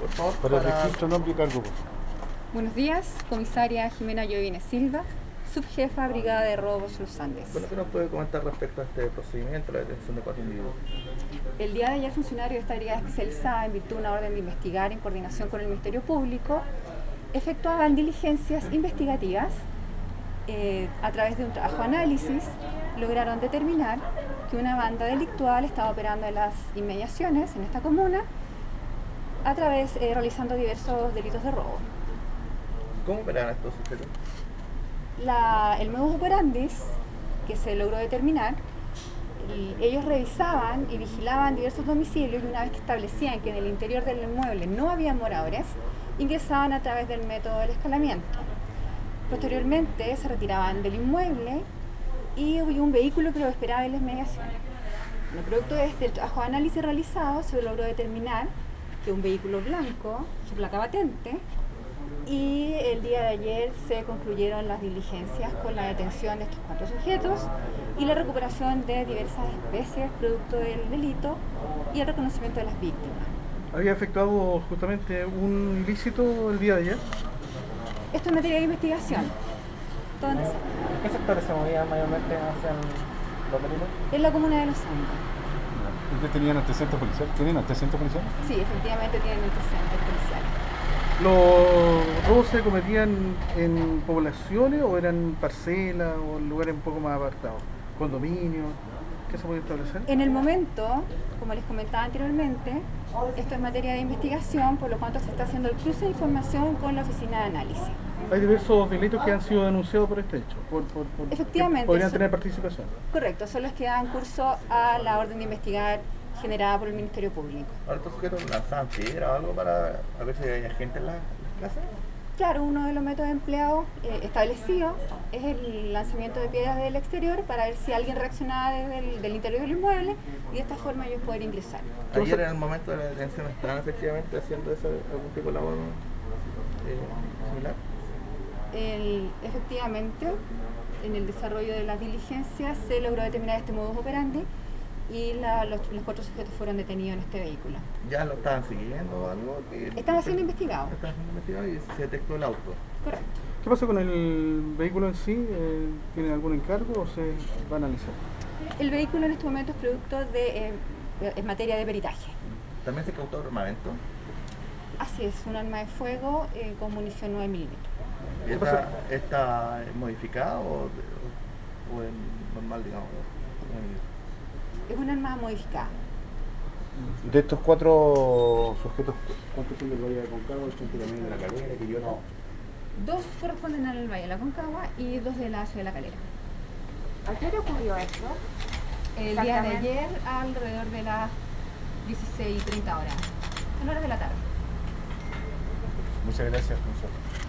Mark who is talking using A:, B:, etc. A: Por favor,
B: Para el
A: para-
B: registro, nombre y cargo. por favor.
C: Buenos días, comisaria Jimena Llovine Silva, subjefa Brigada de Robos Los Andes.
A: Bueno, ¿qué nos puede comentar respecto a este procedimiento, la detención de cuatro individuos?
C: El día de ayer, funcionarios de esta brigada especializada, en virtud de una orden de investigar en coordinación con el Ministerio Público, efectuaban diligencias investigativas eh, a través de un trabajo de análisis, lograron determinar que una banda delictual estaba operando en las inmediaciones, en esta comuna, a través, eh, realizando diversos delitos de robo.
A: ¿Cómo operan estos sujetos?
C: La- el nuevo operandis que se logró determinar, el- ellos revisaban y vigilaban diversos domicilios y una vez que establecían que en el interior del inmueble no había moradores, ingresaban a través del método del escalamiento. Posteriormente se retiraban del inmueble y hubo un vehículo que lo esperaba en las mediaciones. Bueno, producto de este trabajo de análisis realizado se logró determinar que un vehículo blanco, su placa patente, y el día de ayer se concluyeron las diligencias con la detención de estos cuatro sujetos y la recuperación de diversas especies producto del delito y el reconocimiento de las víctimas.
D: Había efectuado justamente un ilícito el día de ayer.
C: Esto es materia de investigación. Todo en desarrollo.
E: ¿Qué sectores se movían mayormente hacia el- los delitos?
C: En la comuna de Los Andes.
B: ¿Ustedes tenían antecedentes policiales? ¿Tienen antecedentes policiales?
C: Sí, efectivamente tienen antecedentes policiales.
D: ¿Los robos se cometían en poblaciones o eran parcelas o en lugares un poco más apartados? ¿Condominios? ¿Qué se puede establecer?
C: En el momento, como les comentaba anteriormente, esto es materia de investigación, por lo tanto se está haciendo el cruce de información con la oficina de análisis.
D: Hay diversos delitos que han sido denunciados por este hecho. Por, por- por- que
C: Efectivamente,
D: Podrían
C: eso-
D: tener participación.
C: Correcto, son los que dan curso a la orden de investigar generada por el Ministerio Público.
A: Ahora, estos sujetos lanzaban piedra o algo para a ver si había gente en la- en las casas.
C: Claro, uno de los métodos empleados eh, establecidos es el lanzamiento de piedras del exterior para ver si alguien reaccionaba desde el del interior del inmueble y de esta forma ellos poder ingresar.
A: Ayer en el momento de la detención estaban efectivamente haciendo ese, algún tipo de labor eh, similar.
C: El- efectivamente, en el desarrollo de las diligencias se logró determinar este modus operandi y la- los, los cuatro sujetos fueron detenidos en este vehículo.
A: ¿Ya lo estaban siguiendo o algo? que-
C: Estaban siendo investigados,
A: Estaban siendo investigados y se detectó el auto.
C: correcto.
D: ¿Qué pasó con el vehículo en sí? Eh, ¿Tienen algún encargo o se va a analizar?
C: El vehículo en este momento es producto de, eh, es materia de peritaje.
A: También se cautó armamento.
C: Así es, un arma de fuego eh, con munición 9 milímetros.
A: ¿Y ¿Esta, esta es modificada o, o, o es normal, digamos?
C: Es un arma modificada.
B: De estos cuatro sujetos,
F: ¿Cuántos son de Gloria con cargo? ¿Cuántos también de la carrera? Que yo no.
C: Dos corresponden al Valle de la Concagua y dos de la Ciudad de la Calera.
G: ¿A qué hora ocurrió esto?
C: El día de
G: Exactamente.
C: ayer alrededor de las 16 y 30 horas, a la hora de la tarde.
B: muchas gracias, profesor.